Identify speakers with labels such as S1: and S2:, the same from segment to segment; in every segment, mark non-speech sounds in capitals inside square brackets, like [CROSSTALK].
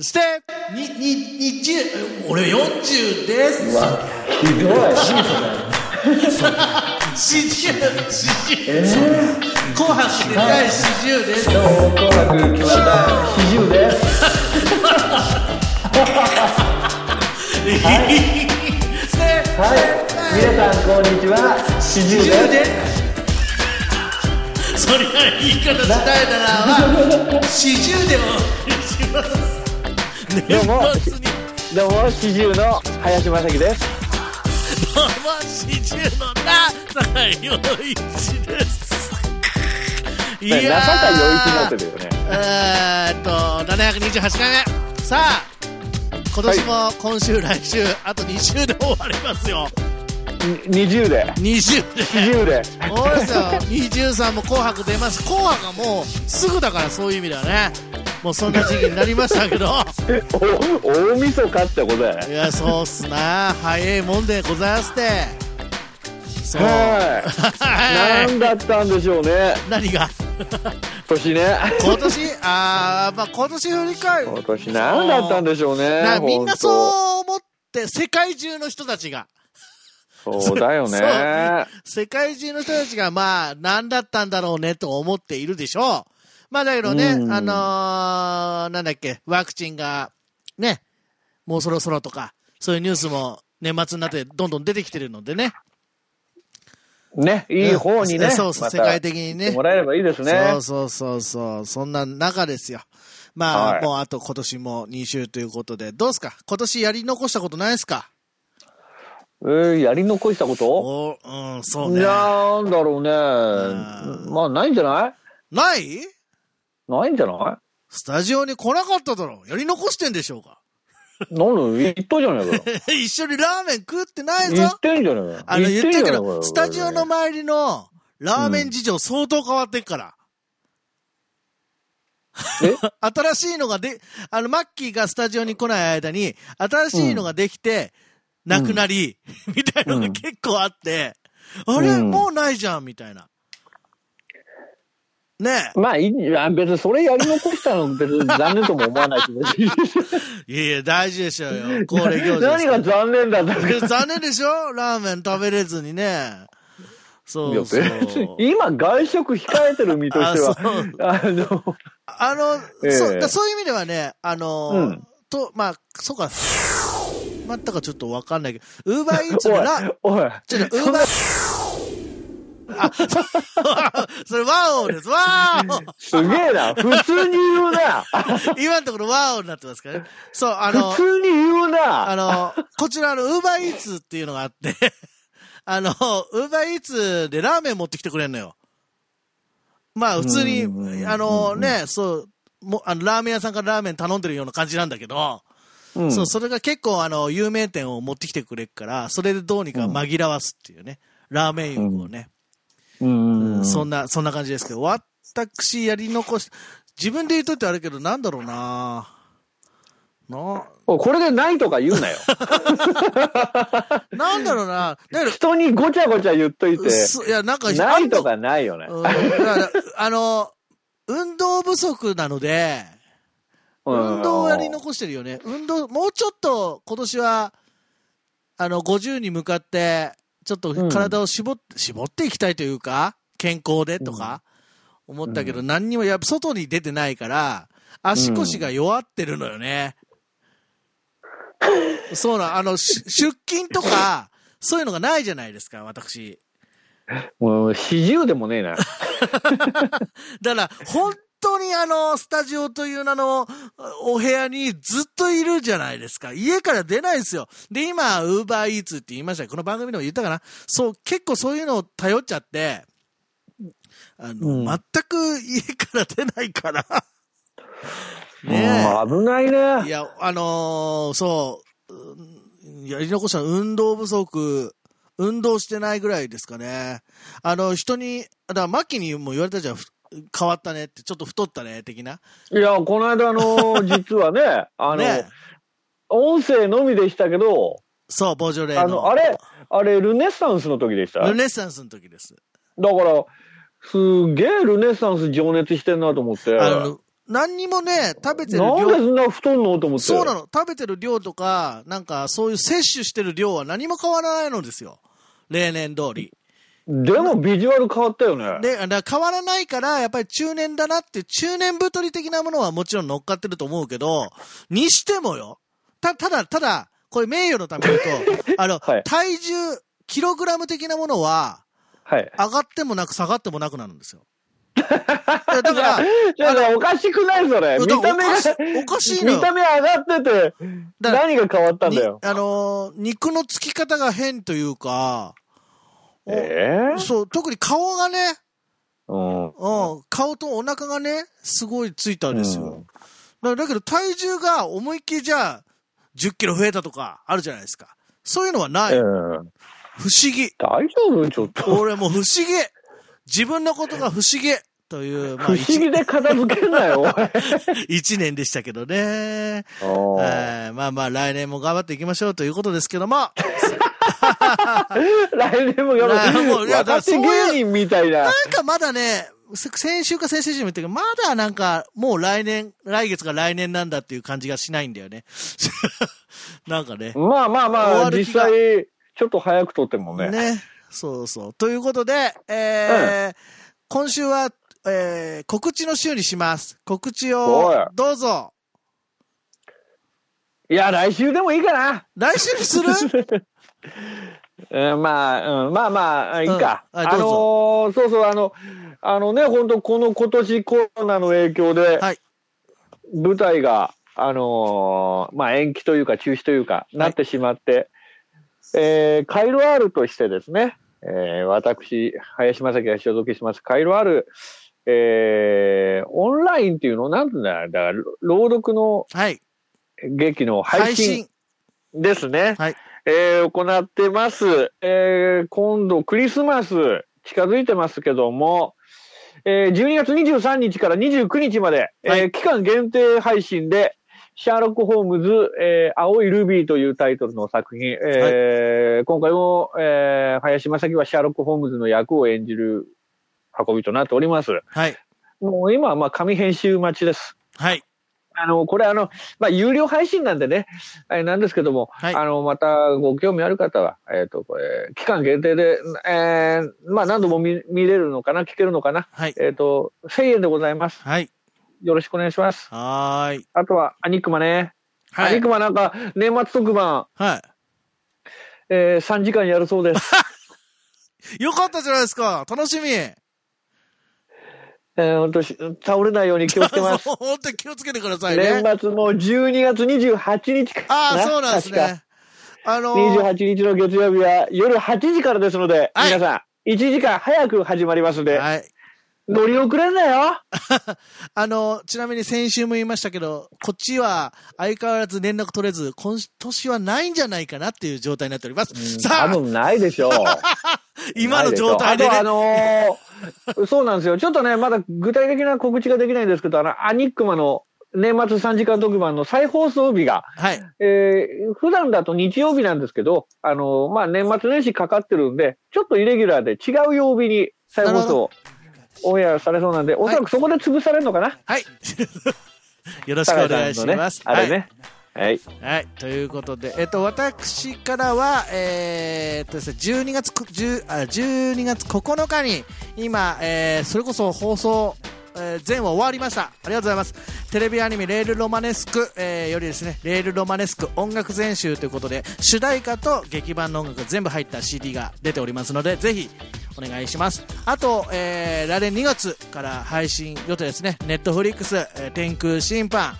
S1: ステップに、に、に、じゅ俺40です。
S2: うわ、ひどい。
S1: 四十、四十。
S2: えー、
S1: 紅白で第四十です。
S2: どうも、紅白、今日は第40です。
S1: ステップ
S2: はい、皆さん、こんにちは。
S1: 四十
S2: 40で。
S1: ですす。そりゃ言い方したいだなは、四十でお送りします。
S2: どうも
S1: 年末に、
S2: どうも、40の林正樹です。
S1: どうも四十のな、坂井陽一です。い
S2: ね中田洋一になってるよね。
S1: えーっと728回目さあ今年も今週、来週あと2週で終わりますよ
S2: に20で。
S1: 2週で
S2: 20で。
S1: そうですよ23も「紅白」出ます紅白がもうすぐだからそういう意味ではねもうそんな時期になりました
S2: [LAUGHS]
S1: けど
S2: お、大晦日ってことだよ
S1: い
S2: ね。
S1: やそうっすな早いもんでございますってそう
S2: は。
S1: はい
S2: 何だったんでしょうね。
S1: [LAUGHS] 何
S2: [LAUGHS]
S1: が
S2: 年ね。
S1: 今年あーまあ今年振り返る
S2: 今年何だったんでしょうね。
S1: なみんな
S2: う。
S1: そう思って世界中の人たちが
S2: そうだよね。
S1: 世界中の人たちが、まあ、何だったんだろうねと思っているでしょう。まあ、だけどね、
S2: うん
S1: あのーなんだっけ、ワクチンが、ね、もうそろそろとか、そういうニュースも年末になってどんどん出てきてるのでね。
S2: ね、いい方に
S1: うん
S2: ね。
S1: そうそう、
S2: また
S1: 世界的にね
S2: も。らえればいいですね
S1: そう。そうそうそう、そんな中ですよ。まあ、
S2: はい
S1: もうあと今年も2週ということで、どうですか今年やり残したことないですか
S2: えー、やり残したこと
S1: おうん、そうね。な
S2: なんだろうね。
S1: ん
S2: まあ、ないんじゃない
S1: い
S2: ないんじゃな
S1: スタジオに来なかっただろう。やり残してんでしょうか [LAUGHS]
S2: いなんだ、言ったじゃないかよ。
S1: 一緒にラーメン食ってない
S2: 言
S1: ぞ
S2: ってんじゃない
S1: あの、言ってるけど、スタジオの
S2: 前。
S1: 周りのラーメン事情相当変わってっから。
S2: え
S1: [LAUGHS] 新しいのがで、あの、マッキーがスタジオに来ない間に、新しいのができて、なくなり、みたいのが結構あって、あれ、
S2: うん
S1: もうないじゃん、みたいな。ねえ。
S2: まあ、いいや別にそれやり残したの別に残念とも思わないし、別に
S1: いやいや、大事で
S2: [LAUGHS]
S1: しょうよ。恒例行事ですから
S2: 何が残念だったのか
S1: 残念でしょラーメン食べれずにね。そうそう。
S2: 今、外食控えてる身としては
S1: あそう、
S2: あの、
S1: あの、
S2: ええ
S1: そうだそういう意味ではね、あの、
S2: うん
S1: と、まあ、そうか、全くちょっとわかんないけど、ウーバーイーツ
S2: お
S1: の
S2: い
S1: ラ、、
S2: おい、
S1: ちょっとウーバーあ、そそれワオです。ワ
S2: すげえな、普通に言うな、
S1: オ今のところワオになってますからね。そう、あの
S2: 普、通に言うな、
S1: あ
S2: [LAUGHS]
S1: の、こちらのウーバーイーツっていうのがあって、 [LAUGHS] あの、ウーバーイーツでラーメン持ってきてくれんのよ。まあ、普通に
S2: うんうんうんう、ん
S1: あのね、そう、もうあのラーメン屋さんからラーメン頼んでるような感じなんだけど、
S2: うん
S1: そう、それが結構、あの、有名店を持ってきてくれっから、それでどうにか紛らわすっていうね、ラーメン欲をね、
S2: うん
S1: そんな、そんな感じですけど、私やり残し、自分で言うとってあるけど、なんだろうなな、
S2: おいこれでないとか言うなよ。
S1: なんだろうなだけど、
S2: 人にごちゃごちゃ言っといて、
S1: そういや、なんか、
S2: ないとかないよね。
S1: うんだからあの、運動不足なので、運動をやり残してるよね。運動、もうちょっと今年は、あの、50に向かって、ちょっと体を絞って、絞っていきたいというか、健康でとか、思ったけど、何にも、やっぱ外に出てないから、足腰が弱ってるのよね。そうなん、あの、し出勤とか、そういうのがないじゃないですか、私。
S2: もう、四十でもねえな。
S1: だから、本当にあの、スタジオという名のお部屋にずっといるじゃないですか。家から出ないですよ。で、今、ウーバーイーツって言いましたけどこの番組でも言ったかな。そう、結構そういうのを頼っちゃって、あの、
S2: うん
S1: 全く家から出ないから。
S2: [LAUGHS]
S1: ね
S2: もう危ない
S1: え。 [LAUGHS] い
S2: ね。
S1: や、あのーそううん、やり残したの運動不足、運動してないぐらいですかね。あの、人に、だから、マキにも言われたじゃん。ふ変わったねって、ちょっと太ったね、的な。
S2: いや、この間、
S1: [LAUGHS]
S2: あの、実はね、あの、
S1: ね。
S2: 音声のみでしたけど、
S1: そう、ボジョレー
S2: あ
S1: の。
S2: の、あれ、あれ、ルネッサンスの時でした。だ
S1: ル
S2: か
S1: ネッサンスの時です。
S2: ら、すげえルネッサンス情熱してんなと思って。
S1: あの、何にもね、食べてる
S2: なんでそ
S1: 量、
S2: んな太んのと思って。
S1: そうなの。食べてる量とか、なんかそういう摂取してる量は何も変わらないのですよ。例年通り。
S2: でもビジュアル変わったよね。
S1: で、だから変わらないから、やっぱり中年だなって、中年太り的なものはもちろん乗っかってると思うけど、にしてもよ。た、ただ、ただ、これ名誉のために言う
S2: [LAUGHS]
S1: と、あの、
S2: はい
S1: 体重、キログラム的なものは、
S2: はい。
S1: 上がってもなく下がってもなくなるんです
S2: [LAUGHS]
S1: よ。いやだ
S2: じ
S1: から
S2: ゃあ、じゃあおかしくないそ
S1: だ
S2: れ。見
S1: から
S2: た目が、
S1: おかしいおかしいのよ
S2: 見た目上がってて、
S1: だから
S2: 何が変わったんだよ
S1: に。あのー肉のつき方が変というか、お
S2: ええ
S1: そう、特に顔がね、
S2: うん。
S1: うん、顔とお腹がね、すごいついたんです
S2: うん
S1: よ。だだけど体重が思いっきりじゃあ、10キロ増えたとかあるじゃないですか。そういうのはない。
S2: ええ
S1: 不思議。
S2: 大丈夫ちょっと。
S1: 俺もう不思議。自分のことが不思議。という、まあ
S2: 不思議
S1: 一、
S2: で片付けんなよ、お前
S1: 一年でしたけどね。
S2: おー
S1: はいまあまあ、来年も頑張っていきましょうということですけども。
S2: 来年もや
S1: いやもう
S2: る。
S1: いやだから
S2: 若手芸人みたい
S1: な
S2: な。
S1: んかまだね、せ先週か先々週も言ったけど、まだなんか、もう来年、来月が来年なんだっていう感じがしないんだよね。 [LAUGHS] なんかね。
S2: まあまあ
S1: 終
S2: ま
S1: わ
S2: あ、
S1: る
S2: 実
S1: 気が
S2: 際、ちょっと早く撮ってもね。
S1: ね。そうそう。ということで、えー今週は、えー告知の週にします。告知
S2: おい
S1: を、どうぞ。
S2: いや、来週でもいいかな。
S1: 来週にす
S2: [LAUGHS]
S1: る
S2: うん、まあ、うん、まあまあ、いいか。
S1: うんはい
S2: あ
S1: どう
S2: のーそうそう、あの、あのね、本当この今年コロナの影響で、
S1: はい
S2: 舞台が、あのーまあ延期というか中止というか、なってしまって、えーカイロアールとしてですね、えー私、林正樹が所属します、カイロアール、えーオンラインっていうの、なんていうんだろうだから、朗読の
S1: はい。
S2: 劇の配
S1: 配
S2: 信
S1: 信。
S2: ですね。
S1: はい
S2: えー行ってます。えー今度クリスマス近づいてますけども、えー12月23日から29日まで、えー
S1: は
S2: 期間限定配信で、シャーロック・ホームズ、えー青いルビーというタイトルの作品、えー今回も、えー林正樹はシャーロック・ホームズの役を演じる運びとなっております。
S1: はい。
S2: もう今はまあ紙編集待ちです。
S1: はい。
S2: あの、これあの、まあ、有料配信なんでね、あれなんですけども、
S1: はい
S2: あの、またご興味ある方は、えっ、と、これ、期間限定で、えーまあ、何度も見見れるのかな、聞けるのかな、
S1: はい。
S2: えっ、と、1000円でございます。
S1: はい。
S2: よろしくお願いします。
S1: はーい。
S2: あとは、アニックマね。
S1: は
S2: アニッ
S1: い
S2: ク。マなんか、年末特番、
S1: は
S2: えー3時間やるそうです。 [LAUGHS]
S1: い。よかったじゃないですか。楽しみ。
S2: えー、本当し倒れないように気をつけま
S1: [LAUGHS]
S2: す。
S1: そう本当に気をつけてください
S2: 年
S1: ね。
S2: 末の12月28日か
S1: ああ、そうなんです。
S2: 確か
S1: ね。あのー
S2: 28日の月曜日は夜8時からですので、
S1: はい
S2: 皆さん、1時間早く始まりますんで、
S1: はい。
S2: 乗り遅れんなよ
S1: あの、ちなみに先週も言いましたけど、こっちは相変わらず連絡取れず、今年はないんじゃないかなっていう状態になっております。 [LAUGHS] さ
S2: 多
S1: あ、
S2: 分ないでしょう。
S1: 今の状態で
S2: な
S1: ね。
S2: いしょうあとあのー [LAUGHS] そうなんですよ。ちょっとね、まだ具体的な告知ができないんですけど、あの、アニックマの年末3時間特番の再放送日が、
S1: はい。
S2: えー普段だと日曜日なんですけど、あのーまあ、年末年始かかってるんで、ちょっとイレギュラーで違う曜日に再放送オンエアされそうなんで、おそらくそこで潰されるのかな、 [LAUGHS]
S1: はい。よろしくお願いします。
S2: あれね。はい。
S1: はい。はい。ということで、えっと、私からは、えーっとですね、12月く、10あ12月9日に、今、えーそれこそ放送、えー全話終わりました。ありがとうございます。テレビアニメ「レール・ロマネスク」えーよりですね「レール・ロマネスク音楽全集」ということで主題歌と劇版の音楽が全部入った CD が出ておりますのでぜひお願いしますあと、えー来年2月から配信予定ですね Netflix、えー天空審判」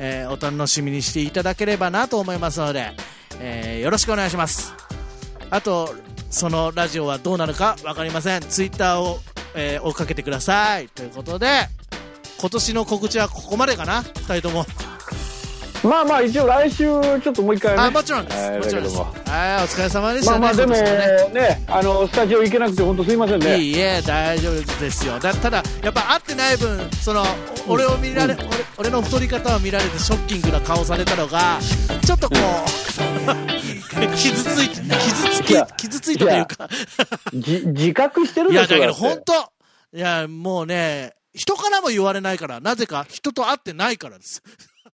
S1: えーお楽しみにしていただければなと思いますので、えーよろしくお願いしますあとそのラジオはどうなるか分かりませんツイッターを、えー追っかけてくださいということで今年の告知はここまでかな2人とも
S2: まあまあ、一応来週、ちょっともう一回ね。
S1: あもちろんです
S2: はい
S1: もちろんです
S2: だけども
S1: はいお疲れ様でし
S2: ま
S1: た
S2: あ
S1: ね
S2: まあでも
S1: 今年ね
S2: ね、あの、スタジオ行けなくて本当すいませんね。
S1: いいえ大丈夫ですよだただやっぱ会ってない分そのお俺を見られ、俺俺の太り方を見られてショッキングな顔されたのがちょっとこう、 [LAUGHS] 傷ついて傷つ
S2: いや
S1: き傷ついたというか
S2: じ自覚してる
S1: い
S2: でしょ
S1: やだけど
S2: だって
S1: 本当いやもうね人からも言われないから、なぜか人と会ってないからです。